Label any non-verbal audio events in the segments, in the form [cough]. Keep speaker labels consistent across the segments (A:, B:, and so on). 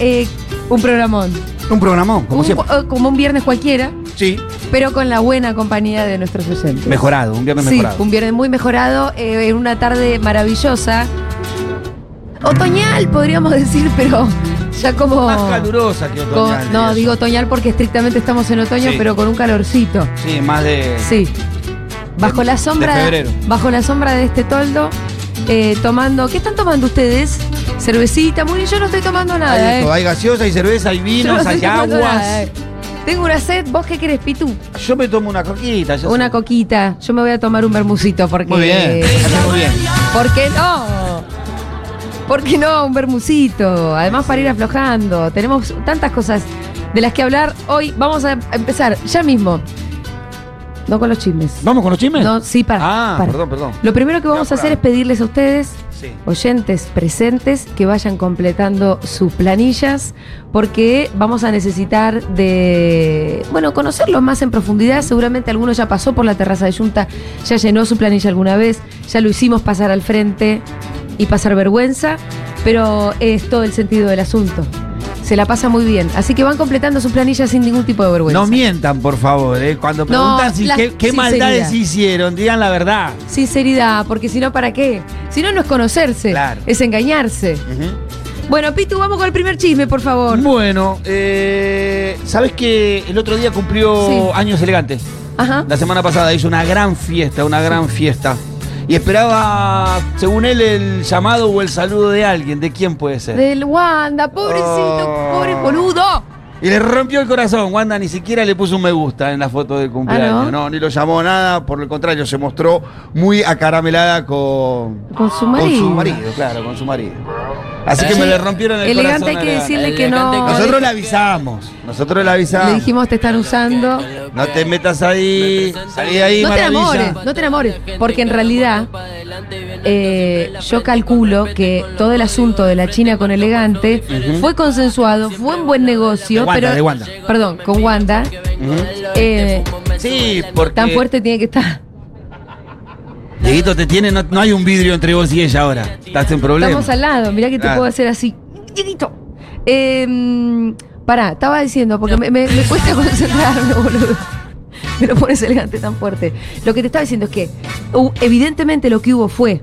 A: eh, un programón.
B: Un programón, como
A: Un-
B: siempre.
A: eh, como un viernes cualquiera,
B: Sí,
A: pero con la buena compañía de nuestros oyentes.
B: mejorado, un viernes
A: Sí,
B: mejorado.
A: un viernes muy mejorado, eh, en una tarde maravillosa. Otoñal, podríamos decir, pero ya como...
B: Más calurosa que
A: con-
B: otoñal.
A: no,
B: eso.
A: digo otoñal porque estrictamente estamos en otoño,
B: Sí.
A: pero con un calorcito.
B: Sí, más de.
A: Sí. Bajo
B: De-
A: la
B: de
A: sombra.
B: febrero.
A: bajo la sombra de este toldo. eh, tomando. ¿Qué están tomando ustedes? Cervecita, muy bien, yo no estoy tomando
B: Hay,
A: nada,
B: de
A: eh.
B: todo, hay gaseosa, hay cerveza, hay
A: Yo no
B: vinos,
A: estoy
B: hay
A: tomando
B: aguas.
A: nada, eh. Tengo una sed, vos qué querés, Pitu.
B: Yo me tomo una coquita. yo
A: Una
B: sé.
A: coquita. Yo me voy a tomar un bermucito porque.
B: Muy bien, haces muy bien.
A: ¿Por qué no? ¿Por qué no? Un bermucito. Además, para ir aflojando. Tenemos tantas cosas de las que hablar. Hoy vamos a empezar ya mismo. No con los chismes.
B: ¿Vamos con los chismes?
A: No, sí, para.
B: Ah, perdón, perdón.
A: Lo primero que vamos a
B: Ya, para.
A: hacer es pedirles a ustedes,
B: Sí.
A: oyentes presentes, que vayan completando sus planillas, porque vamos a necesitar de, bueno, conocerlos más en profundidad. Seguramente alguno ya pasó por la terraza de Junta, ya llenó su planilla alguna vez, ya lo hicimos pasar al frente y pasar vergüenza, pero es todo el sentido del asunto. Se la pasa muy bien. Así que van completando sus planillas sin ningún tipo de vergüenza.
B: No mientan, por favor. eh. Cuando preguntan si
A: la-
B: qué, qué
A: sinceridad.
B: maldades hicieron, digan la verdad.
A: Sinceridad, porque si no, ¿para qué? Si no, no es conocerse,
B: Claro.
A: es engañarse. Bueno, Pitu, vamos con el primer chisme, por favor.
B: Bueno, eh, ¿sabes que el otro día cumplió
A: Sí.
B: años elegantes?
A: Ajá.
B: La semana pasada hizo una gran fiesta, una gran fiesta. Y esperaba, según él, el llamado o el saludo de alguien. ¿De quién puede ser?
A: Del Wanda, pobrecito,
B: Oh.
A: pobre boludo.
B: Y le rompió el corazón. Wanda ni siquiera le puso un me gusta en la foto del cumpleaños.
A: ¿Ah, ¿no?
B: no? ni lo llamó nada. Por el contrario, se mostró muy acaramelada con,
A: Con su
B: con
A: marido.
B: su marido. Claro, con su marido. Así que
A: Sí.
B: me le rompieron el
A: Elegante hay
B: corazón.
A: que
B: a Leandro.
A: decirle que no.
B: Nosotros le avisamos. Nosotros le avisamos.
A: Le dijimos te están usando.
B: no te metas ahí. Salí de ahí,
A: No te
B: maravilla.
A: enamores, no te enamores, porque en realidad eh, yo calculo que todo el asunto de la China con elegante fue consensuado, fue un buen negocio,
B: De Wanda,
A: pero
B: de Wanda.
A: perdón, con Wanda, eh,
B: Sí, porque.
A: tan fuerte tiene que estar.
B: Dieguito, te tiene. No, no hay un vidrio entre vos y ella ahora. Estás en problema.
A: Estamos al lado, mirá que te
B: Claro.
A: puedo hacer así. Dieguito. Eh, pará, estaba diciendo, porque me, me- me cuesta [laughs] concentrarme, boludo. Me lo pones elegante tan fuerte. Lo que te estaba diciendo es que hu- evidentemente lo que hubo fue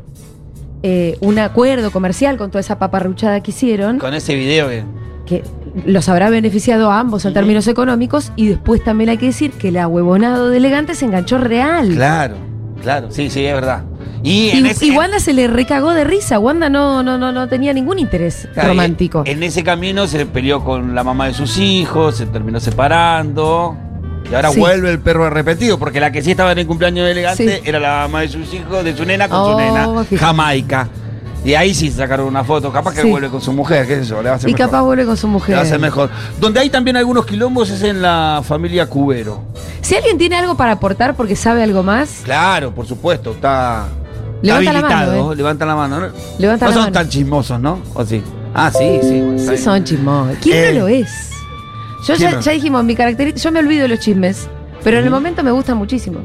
A: eh, un acuerdo comercial con toda esa paparruchada que hicieron,
B: Con ese video que.
A: que los habrá beneficiado a ambos en términos económicos, y después también hay que decir que el ahuevonado de elegante se enganchó real.
B: Claro, claro. Sí, sí, es verdad. Y, en
A: Y,
B: ese-
A: y Wanda se le recagó de risa. Wanda no, no, no, no tenía ningún interés
B: Claro,
A: romántico.
B: y En ese camino se peleó con la mamá de sus hijos, se terminó separando. Y ahora
A: Sí.
B: vuelve el perro arrepentido, porque la que sí estaba en el cumpleaños de elegante
A: Sí.
B: era la mamá de sus hijos, de su nena con
A: Oh,
B: su nena,
A: fíjate.
B: Jamaica. Y ahí sí sacaron una foto, capaz que
A: Sí.
B: vuelve con su mujer, qué sé yo, le va a hacer
A: Y
B: mejor.
A: capaz vuelve con su
B: Le
A: mujer.
B: va a hacer mejor. Donde hay también algunos quilombos es en la familia Cubero.
A: Si alguien tiene algo para aportar porque sabe algo más,
B: Claro, por supuesto, está, está
A: Levanta la mano,
B: habilitado.
A: eh.
B: Levanta la mano. ¿no?
A: levanta
B: no
A: la
B: son
A: mano.
B: tan chismosos, ¿no? ¿O sí? Ah, sí, sí. bueno, está
A: Sí
B: bien.
A: son chismos. ¿Quién
B: Eh,
A: no lo es? Yo
B: ¿quién
A: ya,
B: no?
A: ya dijimos, mi característica, yo me olvido de los chismes, pero en el momento me gustan muchísimo.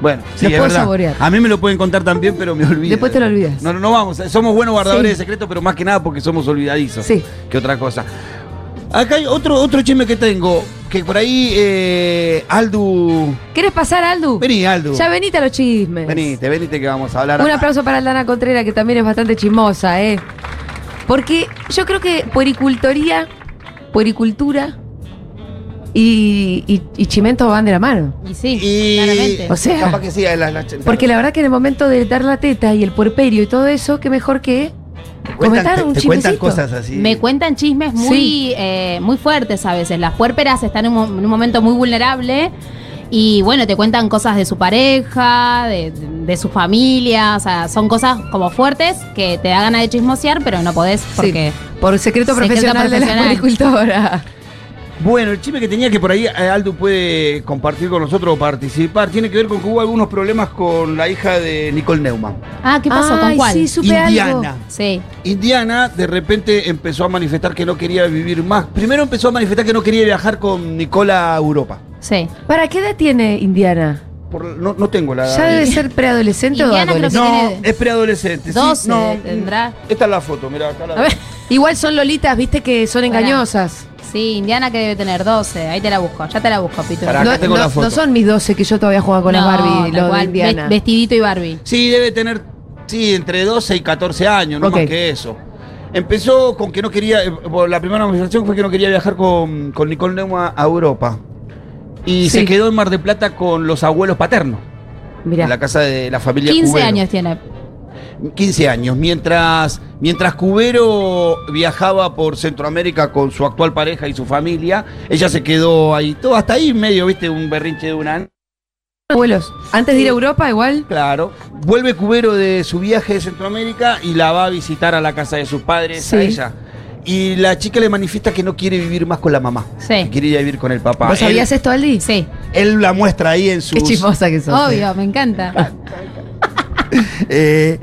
B: Bueno, sí,
A: Los
B: es
A: puedo
B: verdad.
A: saborear.
B: A mí me lo pueden contar también, pero me [laughs] olvido.
A: Después te lo olvidas.
B: No, no, no vamos. eh, Somos buenos guardadores
A: Sí.
B: de secretos, pero más que nada porque somos olvidadizos.
A: Sí.
B: Que otra cosa. Acá hay otro, otro chisme que tengo, que por ahí eh, Aldu...
A: ¿Querés pasar, Aldu?
B: Vení, Aldu.
A: Ya venite a los chismes.
B: Venite, venite que vamos a hablar.
A: Un
B: acá.
A: aplauso para Aldana Contreras, que también es bastante chismosa, ¿eh? Porque yo creo que puericultoría, puericultura y, y, y chimento van de la mano.
C: Y sí,
B: Y-
C: claramente.
A: O sea,
B: Capaz que sí, la- la-
A: Porque la verdad que en el momento de dar la teta y el puerperio y todo eso, qué mejor que
B: Te cuentan-
A: comentar un
B: te, te cuentan
A: chismecito.
B: cosas así.
C: Me cuentan chismes muy,
A: Sí.
C: eh, muy fuertes a veces. Las puérperas están en un, mo- en un momento muy vulnerable y bueno, te cuentan cosas de su pareja, de, de su familia, o sea, son cosas como fuertes que te da ganas de chismosear, pero no podés
A: Sí,
C: porque...
A: por secreto,
C: Secreto
A: profesional, de la
C: profesional.
A: agricultora.
B: Bueno, el chisme que tenía que por ahí eh, Aldu puede compartir con nosotros o participar, tiene que ver con que hubo algunos problemas con la hija de Nicole Neumann.
C: Ah, ¿qué pasó? ¿Con
A: Ay,
C: cuál?
A: Sí,
C: Sí.
A: supe
B: Indiana.
A: algo.
B: Indiana de repente empezó a manifestar que no quería vivir más. Primero empezó a manifestar que no quería viajar con Nicola a Europa.
C: Sí.
A: ¿Para qué edad tiene Indiana?
B: Por- no, no tengo la
A: ¿Ya debe ser preadolescente o
C: Indiana creo
A: adolescente?
B: No,
C: tiene
B: es preadolescente. sí,
C: 12
B: no,
C: tendrá.
B: Esta es la foto, mirá, acá la-
C: A ver.
A: Igual son lolitas, viste, que son
C: Pará.
A: engañosas.
C: Sí, Indiana que debe tener 12. Ahí te la busco, ya te la busco, Pitu.
B: Pará,
A: No,
B: acá tengo
A: no-
B: la foto.
A: no son mis 12 que yo todavía jugaba con las
C: No,
A: Barbie,
C: tal
A: los de
C: cual,
A: Indiana.
C: ve- Vestidito y Barbie.
B: Sí, debe tener, sí, entre 12 y 14 años, no
A: Ok.
B: más que eso. Empezó con que no quería, eh, por la primera conversación fue que no quería viajar con, con Nicole Neuma a Europa. Y
A: Sí.
B: se quedó en Mar de Plata con los abuelos paternos,
A: Mirá.
B: en la casa de la familia
C: 15
B: Cubero.
C: años tiene.
B: 15 años, mientras, mientras Cubero viajaba por Centroamérica con su actual pareja y su familia, ella se quedó ahí, todo hasta ahí medio, viste, un berrinche de un año.
A: Abuelos, antes de ir a Europa, igual.
B: Claro. Vuelve Cubero de su viaje de Centroamérica y la va a visitar a la casa de sus padres, a
A: Sí.
B: ella. Y la chica le manifiesta que no quiere vivir más con la mamá.
C: Sí.
B: Que quiere ir a vivir con el papá.
A: ¿Vos sabías
B: él,
A: esto, Aldi?
C: Sí,
B: él la muestra ahí en
A: Qué
B: sus...
A: chismosa que sos.
C: obvio, me encanta.
B: eh,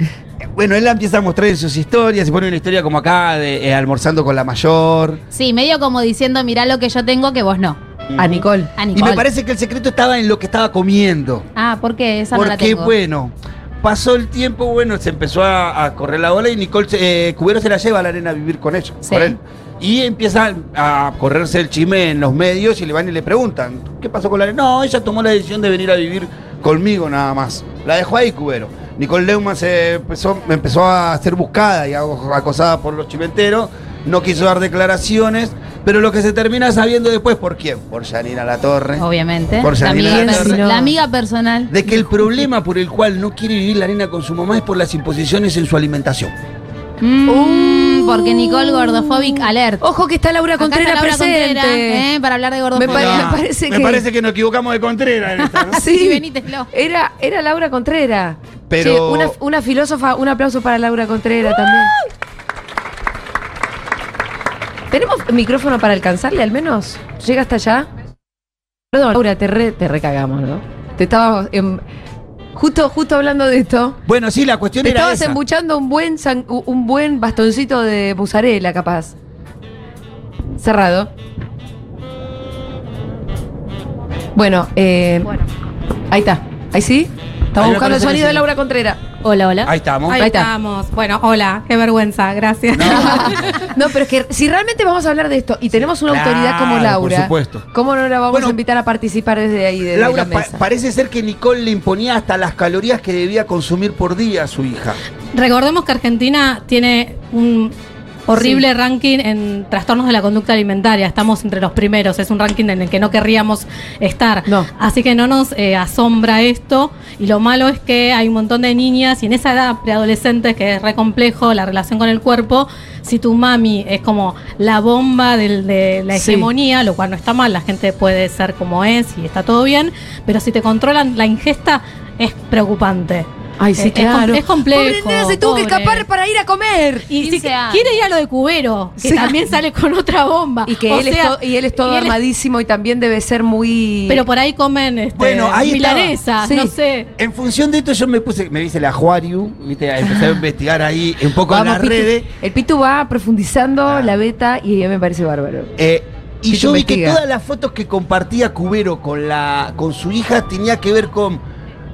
B: bueno, él la empieza a mostrar en sus historias y pone una historia como acá, de eh, almorzando con la mayor.
C: Sí, medio como diciendo, mirá lo que yo tengo que vos no.
A: eh. A Nicole.
C: Ah,
B: Y
C: Nicole.
B: me parece que el secreto estaba en lo que estaba comiendo.
C: Ah, ¿por qué? Esa no la
B: Porque
C: tengo.
B: bueno, pasó el tiempo, bueno, se empezó a, a correr la ola y Nicole se- eh, Cubero se la lleva a la arena a vivir con ella,
C: Sí.
B: con él. Y empieza a correrse el chisme en los medios y le van y le preguntan, ¿qué pasó con la arena? No, ella tomó la decisión de venir a vivir conmigo nada más. La dejó ahí Cubero. Nicole Leumann se empezó, empezó a ser buscada y a- acosada por los chimenteros, no quiso dar declaraciones, pero lo que se termina sabiendo después, ¿por quién? Por Yanina La Torre.
C: Obviamente.
B: Por
C: la,
B: Yanina
C: amiga
A: Torres.
C: perso-
A: Sí, no.
C: la amiga personal.
B: de que el problema por el cual no quiere vivir la nena con su mamá es por las imposiciones en su alimentación.
A: Oh.
C: Mm, porque Nicole Gordofóbic alert.
A: Uh. Ojo que está Laura
C: Acá está
A: Contreras
C: Laura
A: Oh, presente.
C: Contreras, eh, para hablar de
A: Me
C: gordofobia.
A: pare- me parece que-
B: nos equivocamos de Contreras. en esta,
C: [laughs]
B: ¿no?
C: Sí, sí, Benítez, lo.
A: Ah, Era, era Laura Contreras.
B: Pero-
A: Che, una, una filósofa, un aplauso para Laura Contreras también. ¿Tenemos micrófono para alcanzarle al menos? ¿Llega hasta allá? Perdón, Laura, te, re- te recagamos, ¿no? Te estabas em, justo, justo hablando de esto.
B: [laughs] Bueno, sí, la cuestión
A: Te
B: era
A: estabas
B: esa.
A: embuchando un buen, san- u- un buen bastoncito de mozzarella, capaz. Cerrado. Bueno, eh, ahí está. Ahí sí. Estamos
B: Ahí me
A: buscando el
B: parece que
A: sonido de
B: sí.
A: Laura Contreras.
C: Hola, hola.
B: Ahí estamos.
D: Ahí,
A: Ahí está.
D: estamos. Bueno, hola, qué vergüenza, gracias.
A: No, pero es que si realmente vamos a hablar de esto y tenemos una
B: Claro,
A: autoridad como
B: por
A: Laura,
B: supuesto.
A: ¿cómo no la vamos
B: Bueno,
A: a invitar a participar desde ahí, desde
B: Laura,
A: la
B: pa-
A: mesa?
B: parece ser que Nicole le imponía hasta las calorías que debía consumir por día a su hija.
D: Recordemos que Argentina tiene un horrible ranking en trastornos de la conducta alimentaria. Estamos entre los primeros. Es un ranking en el que no querríamos estar.
A: No.
D: Así que no nos eh, asombra esto. Y lo malo es que hay un montón de niñas y en esa edad preadolescentes que es re complejo la relación con el cuerpo. Si tu mami es como la bomba del- de la
A: Sí.
D: hegemonía, lo cual no está mal, la gente puede ser como es y está todo bien. Pero si te controlan la ingesta, es preocupante.
A: Ay,
D: es-
A: sí,
D: Eh, es com-
A: claro.
D: es complejo,
A: Pobre nena, se tuvo que
D: pobre.
A: escapar para ir a comer.
D: Y si
C: 15 años.
D: quiere ir a lo de Cubero, que
A: Sí.
D: también sale con otra bomba.
A: Y que
D: O
A: él, es
D: sea,
A: to- y él es todo
D: y él es-
A: armadísimo y también debe ser muy...
D: Pero por ahí comen este,
B: Bueno, ahí estaba.
D: milanesas,
A: Sí.
D: no sé.
B: En función de esto yo me puse, me dice el ajuario, viste, a empezar a investigar ahí un poco en las
A: Pitu.
B: redes.
A: El Pitu va profundizando
B: Ah.
A: la beta y a mí me parece bárbaro.
B: Eh, y
A: Sí,
B: yo
A: te
B: vi que
A: investiga.
B: todas las fotos que compartía Cubero con, la, con su hija tenía que ver con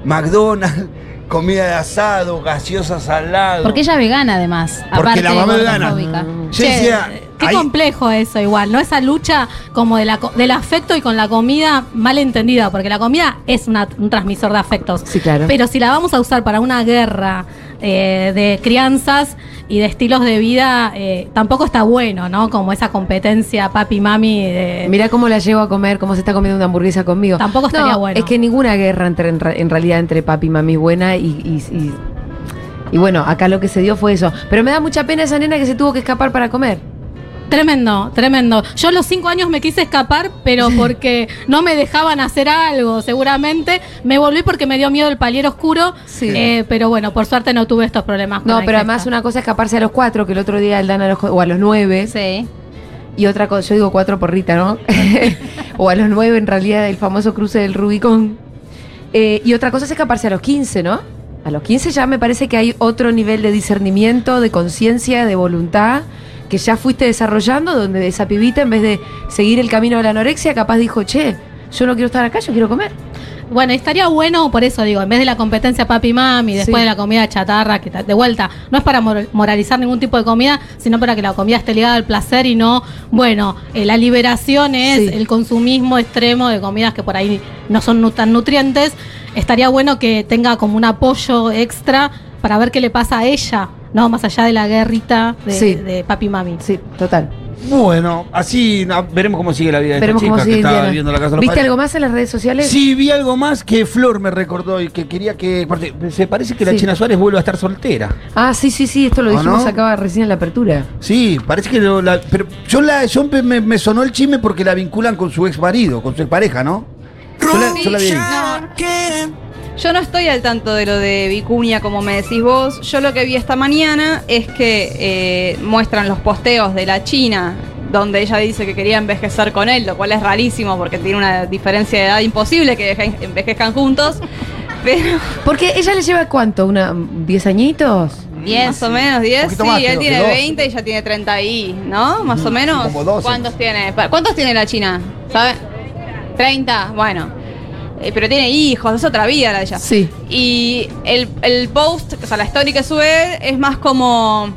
B: McDonald's, [laughs] comida de asado, gaseosas al lado.
C: Porque ella es vegana, además.
B: Porque
C: aparte
B: la
C: de
B: mamá es vegana.
C: gordofóbica.
B: Yo
D: Che,
B: decía,
D: qué
B: ahí-
D: complejo eso igual, ¿no? Esa lucha como de la, co- del afecto y con la comida mal entendida, porque la comida es una- un transmisor de afectos.
A: Sí, claro.
D: Pero si la vamos a usar para una guerra eh, de crianzas y de estilos de vida, eh, tampoco está bueno, ¿no? Como esa competencia papi-mami de...
A: Mira cómo la llevo a comer, cómo se está comiendo una hamburguesa conmigo.
D: Tampoco estaría
A: No,
D: bueno.
A: Es que ninguna guerra entre, en, ra- en realidad entre papi y mami es buena y, y- y- y bueno, acá lo que se dio fue eso. Pero me da mucha pena esa nena que se tuvo que escapar para comer.
D: Tremendo, tremendo. Yo a los cinco años me quise escapar, pero porque no me dejaban hacer algo, seguramente. Me volví porque me dio miedo el palier oscuro.
A: Sí.
D: Eh, pero bueno, por suerte no tuve estos problemas. con
A: No,
D: la
A: pero
D: ingesta.
A: además una cosa es escaparse a los cuatro, que el otro día el Dan a los, cu- o a los nueve,
C: Sí.
A: y otra cosa, yo digo cuatro por Rita, ¿no? [laughs] o a los nueve en realidad, el famoso cruce del Rubicón. Eh, y otra cosa es escaparse a los 15, ¿no? A los 15 ya me parece que hay otro nivel de discernimiento, de conciencia, de voluntad, que ya fuiste desarrollando, donde esa pibita, en vez de seguir el camino de la anorexia, capaz dijo, che, yo no quiero estar acá, yo quiero comer.
D: Bueno, estaría bueno, por eso digo, en vez de la competencia papi y mami, después
A: Sí.
D: de la comida chatarra, que ta- de vuelta, no es para mor- moralizar ningún tipo de comida, sino para que la comida esté ligada al placer y no, bueno, eh, la liberación es
A: Sí.
D: el consumismo extremo de comidas que por ahí no son nu- tan nutrientes. Estaría bueno que tenga como un apoyo extra para ver qué le pasa a ella, ¿no? Más allá de la guerrita de,
A: Sí.
D: de papi y mami.
A: Sí, total.
B: Bueno, así na- veremos cómo sigue la vida de
A: Veremos
B: esta
A: cómo
B: chica que
A: sigue
B: estaba
A: Indiana.
B: viviendo en la casa de los
A: ¿Viste
B: padres.
A: algo más en las redes sociales?
B: Sí, vi algo más que Flor me recordó y que quería que. porque Se parece que la
A: Sí.
B: China Suárez vuelve a estar soltera.
A: Ah, sí, sí, sí, esto lo
B: ¿O
A: dijimos
B: no?
A: acá recién en la apertura.
B: Sí, parece que lo- la- pero yo la, yo me, me sonó el chisme porque la vinculan con su ex marido, con su ex pareja, ¿no? Yo la, yo la vi. ahí.
E: No. Yo no estoy al tanto de lo de Vicuña como me decís vos. Yo lo que vi esta mañana es que eh, muestran los posteos de la China donde ella dice que quería envejecer con él, lo cual es rarísimo porque tiene una diferencia de edad imposible que deje- envejezcan juntos. [laughs] Pero
A: Porque ella le lleva cuánto, una 10 añitos.
E: más o menos
B: Un
E: 10, sí,
B: poquito más,
E: él
B: creo que
E: tiene
B: 12.
E: 20 y ella tiene 30 y, ¿no? Más o
B: Mm,
E: menos.
B: como 12.
E: ¿Cuántos tiene? Pa- ¿Cuántos tiene la China? ¿Sabe? 30, bueno. Eh, pero tiene hijos, es otra vida la de ella.
A: Sí.
E: Y el, el post, o sea, la story que sube es más como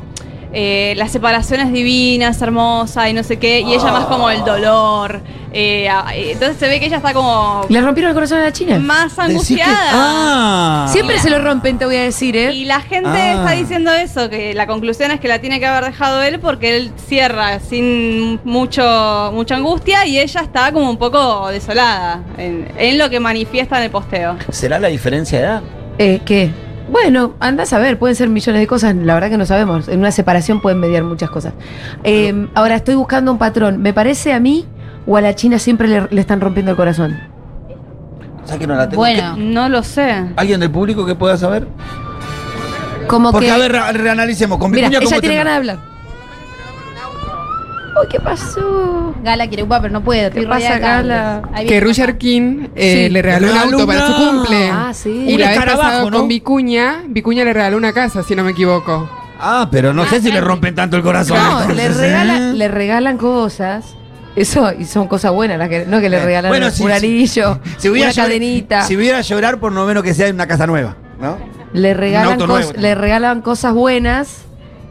E: eh, la separación es divina, es hermosa y no sé qué, y ella más como
B: Ah.
E: el dolor. eh, a- eh, entonces se ve que ella está como
A: ¿Le rompieron el corazón a la China?
E: más
B: Decí que-
E: angustiada.
B: Ah.
A: Siempre se lo rompen, te voy a decir,
E: Y
A: ¿eh?
E: la gente
B: Ah.
E: está diciendo eso, que la conclusión es que la tiene que haber dejado él porque él cierra sin mucho mucha angustia y ella está como un poco desolada en, en lo que manifiesta en el posteo.
B: ¿Será la diferencia de edad?
A: Eh, ¿Qué? Bueno, andás a ver, pueden ser millones de cosas, la verdad que no sabemos. En una separación pueden mediar muchas cosas. Eh, ahora estoy buscando un patrón. ¿Me parece a mí o a la China siempre le, le están rompiendo el corazón?
B: O sea que no la tengo.
C: Bueno.
E: No lo sé.
B: ¿Qué- ¿Alguien del público que pueda saber?
A: Como
B: Porque
A: que.
B: a ver, re- reanalicemos. Con
A: mira,
B: Vicuña,
A: ella
B: ¿cómo
A: tiene
B: tendrá?
A: ganas de hablar. Uy, ¿qué pasó?
C: Gala quiere upa, pero no puede. estoy
A: ¿Qué pasa,
C: rodeada de cables.
A: Gala?
C: Ahí
F: que
C: viene
F: Roger
C: acá.
F: King eh,
A: Sí.
F: le regaló un
B: Regaló
F: auto para
B: una-
F: su cumple.
A: Ah, sí.
F: Y
B: Un
F: la vez
B: escarabajo,
F: pasada
B: ¿no?
F: con Vicuña, Vicuña le regaló una casa, si no me equivoco.
B: Ah, pero no sé si le rompen tanto el corazón.
A: No, le,
B: entonces,
A: regala-
B: ¿eh?
A: le regalan cosas. Eso, y son cosas buenas las que, no que le
B: Eh,
A: regalan
B: bueno,
A: un
B: si-
A: un
B: si-
A: anillo,
B: Si hubiera
A: una
B: llor-
A: cadenita.
B: Si hubiera llorar, por lo menos que sea en una casa nueva, ¿no?
A: le, regalan
B: auto
A: cos-
B: nuevo también.
A: le regalan cosas buenas.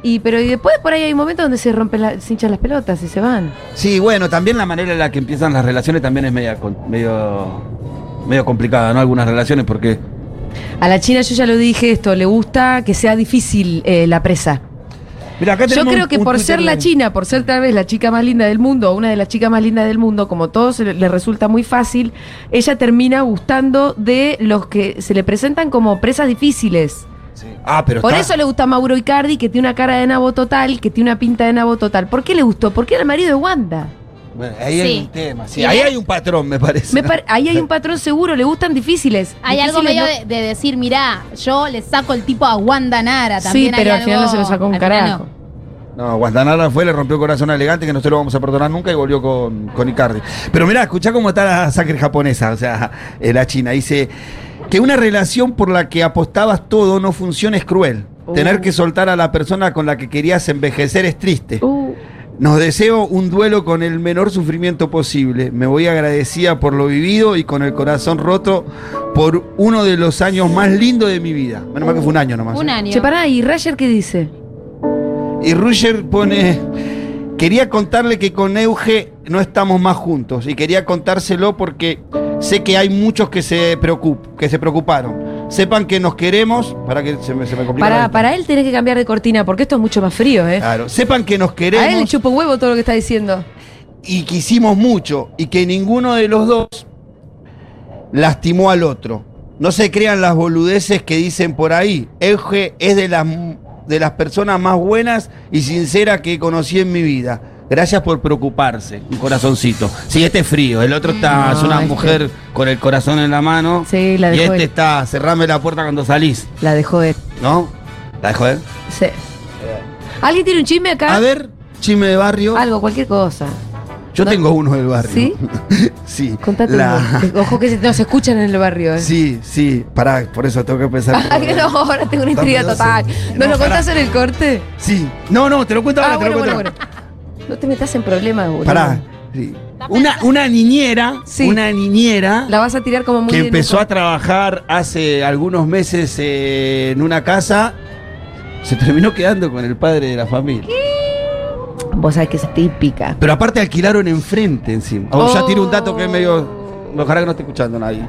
A: Y, pero y después por ahí hay momentos donde se rompen la- se hinchan las pelotas y se van.
B: Sí, bueno, también la manera en la que empiezan las relaciones también es media, con- medio, medio complicada, ¿no? Algunas relaciones porque...
A: A la China yo ya lo dije esto, le gusta que sea difícil eh, la presa.
B: Mira, acá
A: Yo
B: tenemos
A: creo
B: un-
A: que
B: un
A: por
B: Twitter
A: ser la
B: de-
A: China, por ser tal vez la chica más linda del mundo, o una de las chicas más lindas del mundo, como todos se le- le resulta muy fácil, ella termina gustando de los que se le presentan como presas difíciles.
B: Sí. Ah, pero
A: Por
B: está-
A: eso le gusta Mauro Icardi, que tiene una cara de nabo total, que tiene una pinta de nabo total. ¿Por qué le gustó? Porque era el marido de Wanda.
B: Bueno, ahí hay
C: Sí.
B: un tema, sí.
C: Y
B: Ahí
C: ver-
B: hay un patrón, me parece.
A: Me par- ahí hay
B: [laughs]
A: un patrón seguro, le gustan difíciles.
C: Hay algo medio
A: Difíciles
C: de, de decir, mirá, yo le saco el tipo a Wanda Nara
A: no- Sí,
C: también. hay
A: pero al final no
C: algo-
A: se lo sacó un
C: al final
A: carajo.
C: no.
B: No, Guantanara fue, le rompió el corazón a elegante, que no se lo vamos a perdonar nunca, y volvió con, con Icardi. Pero mirá, escuchá cómo está la sangre japonesa, o sea, eh, la China. Dice que una relación por la que apostabas todo no funciona es cruel.
A: Uh.
B: Tener que soltar a la persona con la que querías envejecer es triste.
A: Uh,
B: Nos deseo un duelo con el menor sufrimiento posible. Me voy agradecida por lo vivido y con el corazón roto por uno de los años más lindos de mi vida. Menos mal que fue un año nomás.
C: Un
B: ¿eh?
C: año.
A: Che, pará, ¿y Roger qué dice?
B: Y Ruger pone, quería contarle que con Euge no estamos más juntos y quería contárselo porque sé que hay muchos que se, preocup- que se preocuparon. Sepan que nos queremos, para que se me, se me complica
A: Para,
B: la vista.
A: para él tenés que cambiar de cortina, porque esto es mucho más frío, ¿eh?
B: Claro, sepan que nos
A: A él le
B: queremos
A: chupa un huevo todo lo que está diciendo.
B: y que hicimos mucho y que ninguno de los dos lastimó al otro. No se crean las boludeces que dicen por ahí. Euge es de las, de las personas más buenas y sinceras que conocí en mi vida. Gracias por preocuparse. Un corazoncito. Sí, este es frío. El otro está,
A: No,
B: es una
A: este-
B: mujer con el corazón en la mano.
A: Sí, la
B: y
A: dejó
B: este
A: él.
B: está, cerrame la puerta cuando salís.
A: La dejó de.
B: ¿No? ¿La dejó él?
A: Sí. ¿Alguien tiene un chisme acá?
B: A ver, chisme de barrio.
A: Algo, cualquier cosa.
B: Yo
A: no-
B: tengo uno del barrio.
A: ¿Sí?
B: [laughs] sí.
A: Contate.
B: La-
A: algo. Ojo que se- nos escuchan en el barrio, [laughs] ¿eh?
B: Sí, sí, pará, por eso tengo que pensar.
A: [laughs] Ah, que no, ahora tengo una intriga
B: Está
A: total.
B: miedoso.
A: ¿Nos
B: No,
A: lo
B: pará.
A: contás en el corte?
B: Sí. No, no, te lo cuento ahora,
A: Ah,
B: te
A: bueno,
B: lo
A: bueno,
B: cuento.
A: bueno. No te metas en problemas, boludo.
B: ahora. Pará. sí.
C: Está
B: una, una niñera,
A: Sí.
B: una niñera
A: La vas a tirar como muy
B: que
A: de
B: empezó
A: lujo.
B: a trabajar hace algunos meses eh, en una casa, se terminó quedando con el padre de la familia.
A: Vos sabés que es típica.
B: Pero aparte alquilaron enfrente encima. O ya tiro un dato que es medio.
A: Oh.
B: Ojalá que no esté
A: [laughs]
B: escuchando nadie.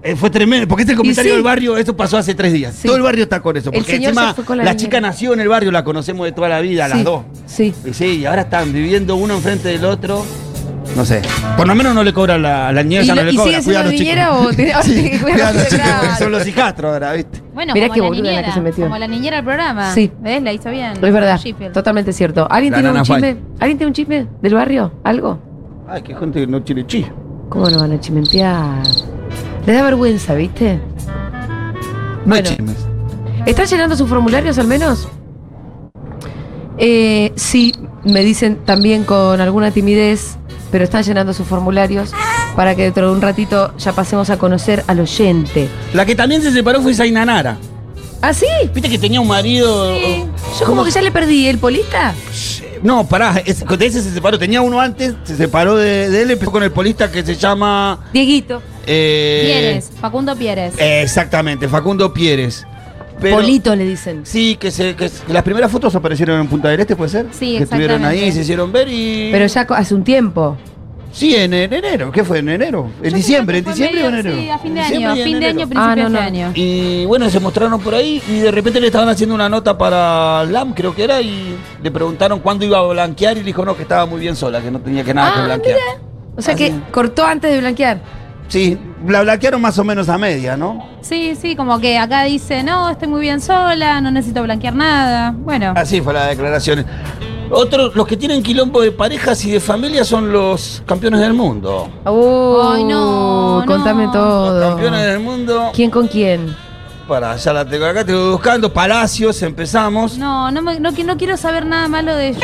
B: Eh, fue tremendo, porque este es el comentario
A: sí.
B: del barrio, eso pasó hace tres días.
A: Sí.
B: Todo el barrio está con eso,
A: El
B: porque
A: señor
B: encima
A: se fue con la
B: la
A: niñera.
B: chica nació en el barrio, la conocemos de toda la vida,
A: Sí,
B: las dos.
A: Sí.
B: Y sí, y ahora están viviendo uno enfrente del otro. No sé. Por lo menos no le cobran la, la niñera,
A: ¿Y,
B: ya no
A: lo-
B: le
A: y
B: cobra.
A: sigue siendo
B: cuida a los
A: niñera
B: [laughs] chicos.
A: o tiene ahora tiene [laughs] que
B: Sí,
A: cuidar
B: cuidar a los
A: los
B: chicos,
A: chicos?
B: porque son los hijastros ahora, ¿viste?
G: Bueno,
A: Mirá
G: como
A: qué
G: la
A: boluda la
G: niñera,
A: que se metió.
G: Como la niñera del programa.
A: Sí.
G: ¿Ves? La hizo bien.
A: Es verdad,
G: Sheffield.
A: totalmente cierto. ¿Alguien
B: La
A: tiene un
B: nana
A: chisme?
B: White.
A: ¿Alguien tiene un chisme del barrio? ¿Algo?
B: Ay, qué gente que no tiene chillo.
A: ¿Cómo lo van a chimentear? Les da vergüenza, ¿viste?
B: No hay
A: Bueno.
B: chismes.
A: ¿Están llenando sus formularios al menos? Eh, sí, me dicen también con alguna timidez, pero están llenando sus formularios para que dentro de un ratito ya pasemos a conocer al oyente.
B: La que también se separó fue Zainanara.
A: ¿Ah, sí?
B: Viste que tenía un marido.
A: Yo como que ya le perdí el polista.
B: No, pará, es- de ese se separó. Tenía uno antes, se separó de, de él, empezó con el polista que se llama.
A: Dieguito.
B: eh,
G: Pieres, Facundo Pieres.
B: eh, exactamente, Facundo Pieres. Pero-
A: Polito le dicen.
B: Sí, que, se, que se- que las primeras fotos aparecieron en Punta del Este, ¿puede ser?
G: Sí,
B: Que estuvieron
G: exactamente.
B: ahí, se hicieron ver y.
A: Pero ya co- hace un tiempo.
B: Sí, en, en enero. ¿Qué fue? ¿En enero? ¿En
G: Yo
B: diciembre? ¿En
G: creo que
B: diciembre o
G: fue
B: en
G: medio-
B: enero?
G: Sí, a fin de
B: En
G: año,
B: diciembre y en
G: fin
B: enero.
G: de año, principio
A: Ah, no,
G: de
A: no.
G: año.
B: Y bueno, se mostraron por ahí y de repente le estaban haciendo una nota para LAM, creo que era, y le preguntaron cuándo iba a blanquear y le dijo no, que estaba muy bien sola, que no tenía que nada
A: Ah,
B: que blanquear.
A: O sea que
B: Así.
A: cortó antes de blanquear.
B: Sí, la blanquearon más o menos a media, ¿no?
G: Sí, sí, como que acá dice, no, estoy muy bien sola, no necesito blanquear nada. Bueno,
B: Así fue la declaración. Otros, los que tienen quilombo de parejas y de familia son los campeones del mundo.
A: Oh,
G: Ay, no,
A: Contame
G: no.
A: todo.
B: Campeones del mundo.
A: ¿Quién con quién?
B: Para, ya la tengo acá, te voy buscando. Palacios, empezamos.
G: no, no, me- no, qui- no quiero saber nada malo de ellos.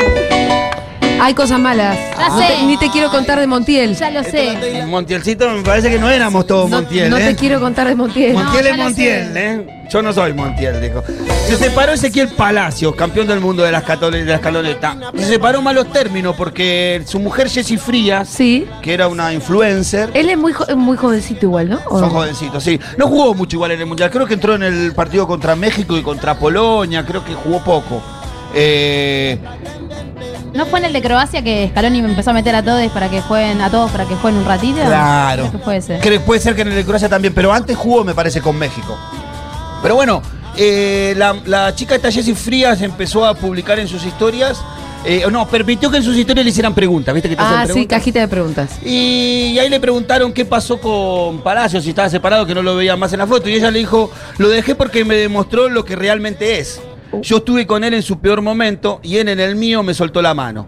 A: Hay cosas malas.
G: Ya
A: No te-
G: sé.
A: ni te quiero contar de Montiel.
G: Ya lo sé.
B: Montielcito, me parece que no éramos todos
A: No,
B: Montiel,
A: no
B: ¿eh?
A: te quiero contar de Montiel.
G: No.
B: Montiel
G: ya
B: es
G: lo
B: Montiel,
G: sé.
B: ¿eh? Yo no soy Montiel, dijo. Se separó Ezequiel Palacios, campeón del mundo de las, catole- de las calonetas. Se separó malos términos porque su mujer Jessy Frías,
A: Sí.
B: que era una influencer.
A: Él es muy, jo- muy jovencito igual, ¿no? ¿O no?
B: Son jovencitos, sí. No jugó mucho igual en el Mundial. Creo que entró en el partido contra México y contra Polonia. Creo que jugó poco. Eh,
G: ¿No fue en el de Croacia que Scaloni me empezó a meter a todos para que jueguen, a todos para que jueguen un ratito?
B: Claro.
G: Creo que fue ese.
B: Cre- puede ser que en el de Croacia también, pero antes jugó, me parece, con México. Pero bueno, eh, la, la chica esta Jessy Frías empezó a publicar en sus historias. eh, no, permitió que en sus historias le hicieran preguntas, ¿viste? Que te hacen
A: Ah, sí,
B: preguntas?
A: cajita de preguntas.
B: Y, ahí le preguntaron qué pasó con Palacio, si estaba separado, que no lo veía más en la foto. Y ella le dijo, lo dejé porque me demostró lo que realmente es. Yo estuve con él en su peor momento y él en el mío me soltó la mano.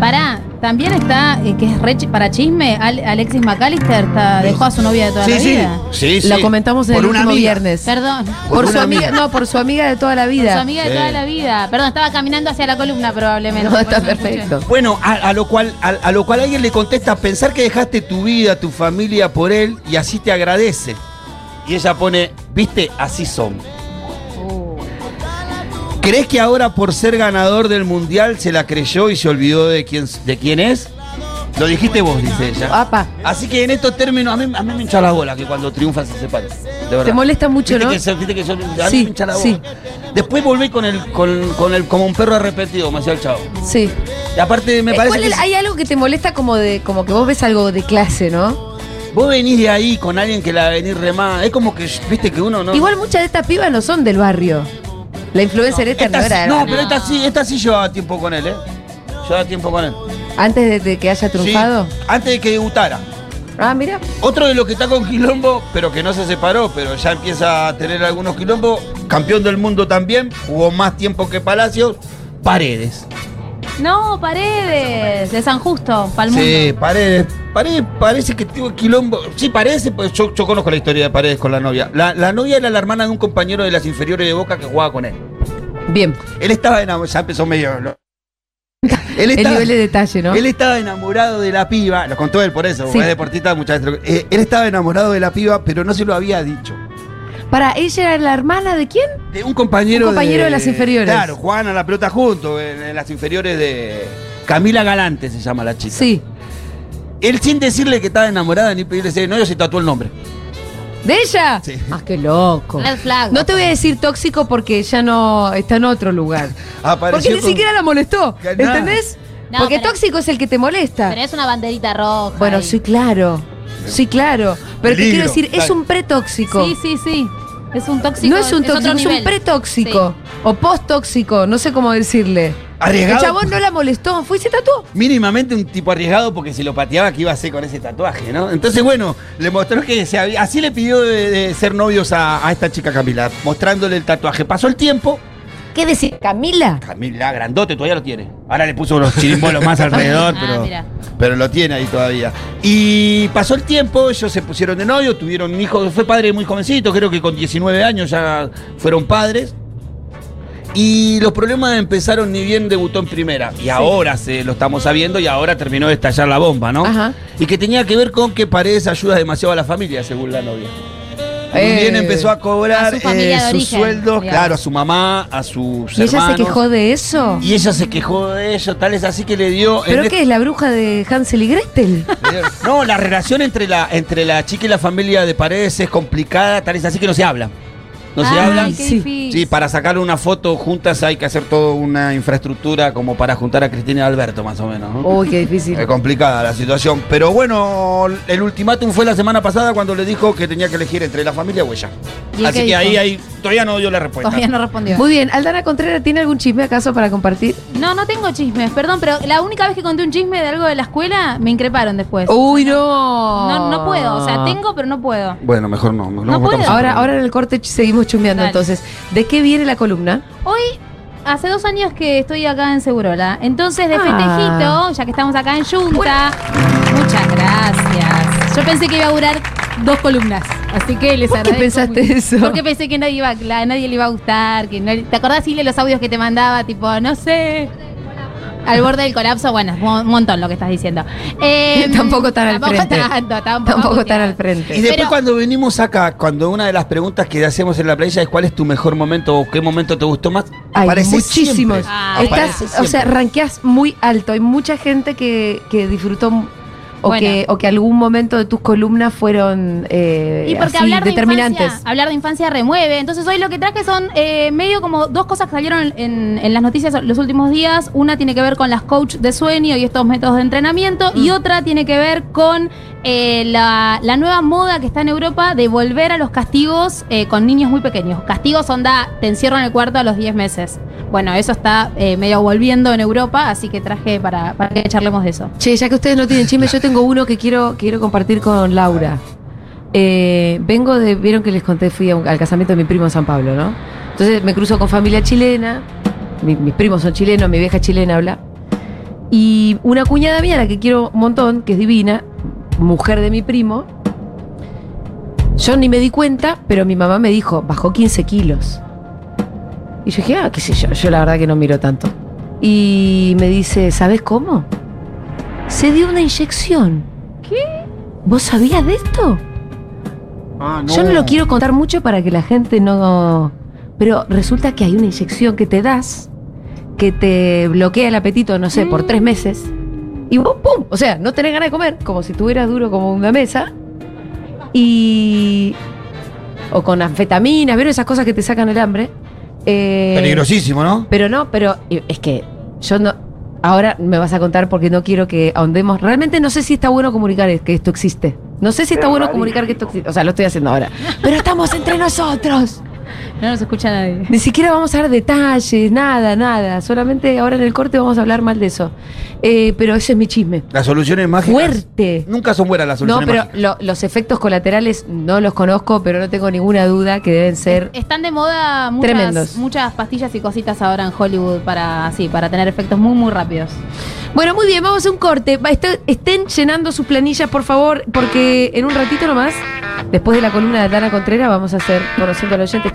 G: Pará, también está, eh, que es re chi- para chisme, Al- Alexis McAllister está- dejó a su novia de toda la vida.
B: sí,
A: Lo comentamos en
B: Por
A: el
B: una
A: último
B: amiga.
A: viernes.
G: Perdón.
A: Por,
B: Por
A: su
B: una
A: amiga,
B: amiga.
A: no, por su amiga de toda la
G: Su
A: vida.
G: amiga
B: Sí.
G: de toda la vida. Perdón, estaba caminando hacia la columna probablemente.
A: No,
G: por
A: está
G: eso no escuché.
A: perfecto.
B: Bueno, a, a lo cual, a, a lo cual alguien le contesta, pensar que dejaste tu vida, tu familia por él y así te agradece. Y ella pone, viste, así son.
G: Oh.
B: ¿Crees que ahora por ser ganador del mundial se la creyó y se olvidó de quién, de quién es? Lo dijiste vos, dice ella.
A: Apa,
B: Así que en estos términos, a mí, a mí me hincha la bola que cuando triunfan se separan. de verdad.
A: te molesta mucho,
B: Viste
A: ¿no?
B: que se- viste que yo- a mí
A: Sí,
B: me hincha la bola.
A: sí.
B: Después volví con el, con, con el, como un perro arrepentido, me hacía el chavo.
A: Sí.
B: Y aparte me
A: Eh,
B: parece
A: ¿cuál
B: que
A: es-
B: si-
A: hay algo que te molesta como de como que vos ves algo de clase, ¿no?
B: Vos venís de ahí con alguien que la venís remada. Es como que, viste, que uno no.
A: Igual muchas de estas pibas no son del barrio. La influencer esta,
B: Esta
A: no
B: sí-
A: era.
B: no,
A: ¿no?
B: pero esta sí, esta sí llevaba tiempo con él, ¿eh? Llevaba tiempo con él.
A: Antes de, de que haya triunfado.
B: Sí, antes de que debutara.
A: Ah, mira.
B: Otro de los que está con Quilombo, pero que no se separó, pero ya empieza a tener algunos quilombos. Campeón del mundo también, jugó más tiempo que Palacios. Paredes.
G: No, Paredes, de San Justo, Palmundo.
B: Sí, Paredes. Paredes parece que tuvo quilombo. Sí, parece, pues yo, yo conozco la historia de Paredes con la novia. La, la novia era la hermana de un compañero de las inferiores de Boca que jugaba con él.
A: Bien.
B: Él estaba enamorado, ya empezó medio.
A: [laughs]
B: lo- Él
A: El
B: estaba,
A: nivel de detalle, ¿no?
B: él estaba enamorado de la piba, lo contó él por eso,
A: Sí.
B: porque es deportista muchas veces. lo- eh, él estaba enamorado de la piba, pero no se lo había dicho.
A: Para ella era la hermana de quién?
B: De un compañero.
A: Un compañero de las inferiores.
B: Claro, jugaban a la pelota juntos, en, en las eh, inferiores de, Camila Galante se llama la chica.
A: Sí.
B: Él sin decirle que estaba enamorada ni pedirle ser de novio se tatuó el nombre.
A: ¿De ella?
B: Sí.
A: Ah, qué loco.
G: Red flag.
A: No te voy a decir tóxico porque ya no está en otro lugar.
B: Apareció
A: porque ni
B: con-
A: siquiera la molestó.
B: Que nada.
A: ¿Entendés?
G: No,
A: porque
G: pero-
A: tóxico es el que te molesta.
G: Pero es una banderita roja.
A: Bueno,
G: ahí.
A: sí, claro. Sí, claro. Pero te
B: Peligro.
A: quiero decir, es
B: Claro.
A: un pretóxico.
G: Sí, sí, sí. Es un tóxico.
A: no es un tóxico,
G: otro
A: es un
G: nivel.
A: pretóxico. O post-tóxico, no sé cómo decirle. El
B: Arriesgado.
A: chabón no la molestó, fue y se tatuó.
B: Mínimamente un tipo arriesgado porque si lo pateaba, ¿qué iba a hacer con ese tatuaje, no? Entonces, bueno, le mostró que se había- así le pidió de, de ser novios a, a esta chica Camila, mostrándole el tatuaje. Pasó el tiempo.
A: ¿Qué decir, Camila?
B: Camila, grandote, todavía lo tiene. Ahora le puso unos chirimbolos
G: [laughs]
B: más alrededor,
G: Ah,
B: pero,
G: mira.
B: pero lo tiene ahí todavía. Y pasó el tiempo, ellos se pusieron de novio, tuvieron un hijo, fue padre muy jovencito, creo que con 19 años ya fueron padres. Y los problemas empezaron ni bien debutó en primera. Y ahora se lo estamos sabiendo y ahora terminó de estallar la bomba, ¿no?
A: Ajá.
B: Y que tenía que ver con que Paredes ayuda demasiado a la familia, según la novia.
A: Eh.
B: Ni bien empezó a cobrar eh,
G: A su familia de
B: sus
G: origen,
B: sueldos,
G: digamos.
B: claro, a su mamá, a sus
A: ¿Y ella se
B: hermanos.
A: quejó de eso?
B: Y ella se quejó de ello, tal es así que le dio. en
A: ¿Pero
B: este-
A: qué es la bruja de Hansel y Gretel?
B: le dio- No, la relación entre la, entre la chica y la familia de Paredes es complicada, tal es así que no se habla. No se
G: Ay,
B: hablan.
G: qué
A: Sí.
G: difícil.
B: Sí, para sacar una foto juntas hay que hacer toda una infraestructura como para juntar a Cristina y Alberto, más o menos. ¿no?
A: Uy, qué difícil.
B: Es complicada la situación. Pero bueno, el ultimátum fue la semana pasada cuando le dijo que tenía que elegir entre la familia o ella.
G: ¿Y
B: Así
G: qué
B: que
G: dijo?
B: ahí, ahí todavía no dio la respuesta.
G: Todavía no respondió.
A: Muy bien, Aldana Contreras, ¿tiene algún chisme acaso para compartir?
G: No, no tengo chismes, perdón, pero la única vez que conté un chisme de algo de la escuela, me increparon después.
A: Uy, no.
G: No, no puedo, o
B: Ah.
G: sea, tengo, pero no puedo.
B: Bueno, mejor no. No, votamos
G: No puedo.
B: el
A: Ahora,
B: programa.
A: ahora en el corte ch- seguimos chumeando
G: Dale.
A: entonces. ¿De qué viene la columna?
G: Hoy, hace dos años que estoy acá en Segurola, entonces de
A: Ah.
G: festejito, ya que estamos acá en Junta, muchas gracias. Yo pensé que iba a durar dos columnas, así que les
A: ¿Por qué
G: agradezco
A: pensaste
G: mucho.
A: eso?
G: Porque pensé que nadie, iba, a- la- nadie le iba a gustar, que no- ¿te acordás, de los audios que te mandaba? Tipo, no sé... Al borde del colapso, bueno, es un montón lo que
A: [laughs]
G: estás diciendo. Eh,
A: Tampoco tan al frente.
G: tanto, tampoco,
A: [laughs] Tampoco
G: porque-
A: están al
B: Y
A: frente.
B: después
G: Pero-
B: cuando venimos acá, cuando una de las preguntas que hacemos en la playa es cuál es tu mejor momento o qué momento te gustó más,
A: Hay
B: aparece
A: muchísimos.
B: siempre.
G: Ah,
A: Estás,
B: Aparece
A: o sea,
B: siempre.
A: ranqueás muy alto. Hay mucha gente que, que disfrutó m- o,
G: Bueno.
A: que, o que algún momento de tus columnas fueron eh,
G: Y porque
A: así,
G: hablar de,
A: determinantes.
G: Infancia, hablar de infancia remueve. Entonces hoy lo que traje son eh, medio como dos cosas que salieron en, en las noticias los últimos días. Una tiene que ver con las coach de sueño y estos métodos de entrenamiento.
A: Mm.
G: Y otra tiene que ver con eh, la, la nueva moda que está en Europa de volver a los castigos eh, con niños muy pequeños. Castigos onda, te encierro en el cuarto a los 10 meses. Bueno, eso está eh, medio volviendo en Europa, así que traje para, para que charlemos de eso.
A: Che, ya que ustedes no tienen chisme, yo tengo uno que quiero, quiero compartir con Laura. Eh, vengo de, vieron que les conté, fui a un- al casamiento de mi primo en San Pablo, ¿no? Entonces me cruzo con familia chilena, mi- mis primos son chilenos, mi vieja chilena habla. Y una cuñada mía, la que quiero un montón, que es divina, mujer de mi primo. Yo ni me di cuenta, pero mi mamá me dijo, bajó 15 kilos. Y yo dije, ah, qué sé yo, yo la verdad que no miro tanto. Y me dice, ¿sabes cómo? Se dio una inyección. ¿Qué? ¿Vos sabías de esto? Yo Ah, no lo quiero contar mucho para que la gente no... Pero resulta que hay una inyección que te das, que te bloquea el apetito, no sé, por tres meses. Y vos, ¡pum! O sea, no tenés ganas de comer, como si estuvieras duro como una mesa. Y... O con anfetaminas, ¿vieron esas cosas que te sacan el hambre? Eh,
B: Peligrosísimo, ¿no?
A: pero no, pero eh, es que yo no. Ahora me vas a contar porque no quiero que ahondemos. Realmente no sé si está bueno comunicar es- que esto existe. No sé si está bueno comunicar que esto existe. O sea, lo estoy haciendo ahora. Pero estamos entre nosotros.
G: No nos escucha nadie.
A: Ni siquiera vamos a dar detalles, nada, nada. Solamente ahora en el corte vamos a hablar mal de eso. Eh, pero ese es mi chisme.
B: Las soluciones mágicas.
A: Fuerte.
B: Nunca son buenas las
A: No,
B: soluciones
A: pero
B: mágicas.
A: lo- los efectos colaterales no los conozco, pero no tengo ninguna duda que deben ser
G: Están de moda
A: Tremendos.
G: muchas, muchas pastillas y cositas ahora en Hollywood para así, para tener efectos muy muy rápidos.
A: Bueno, muy bien, vamos a un corte. Va, est- estén llenando sus planillas, por favor, porque en un ratito nomás, después de la columna de Dana Contreras, vamos a hacer conociendo al oyente.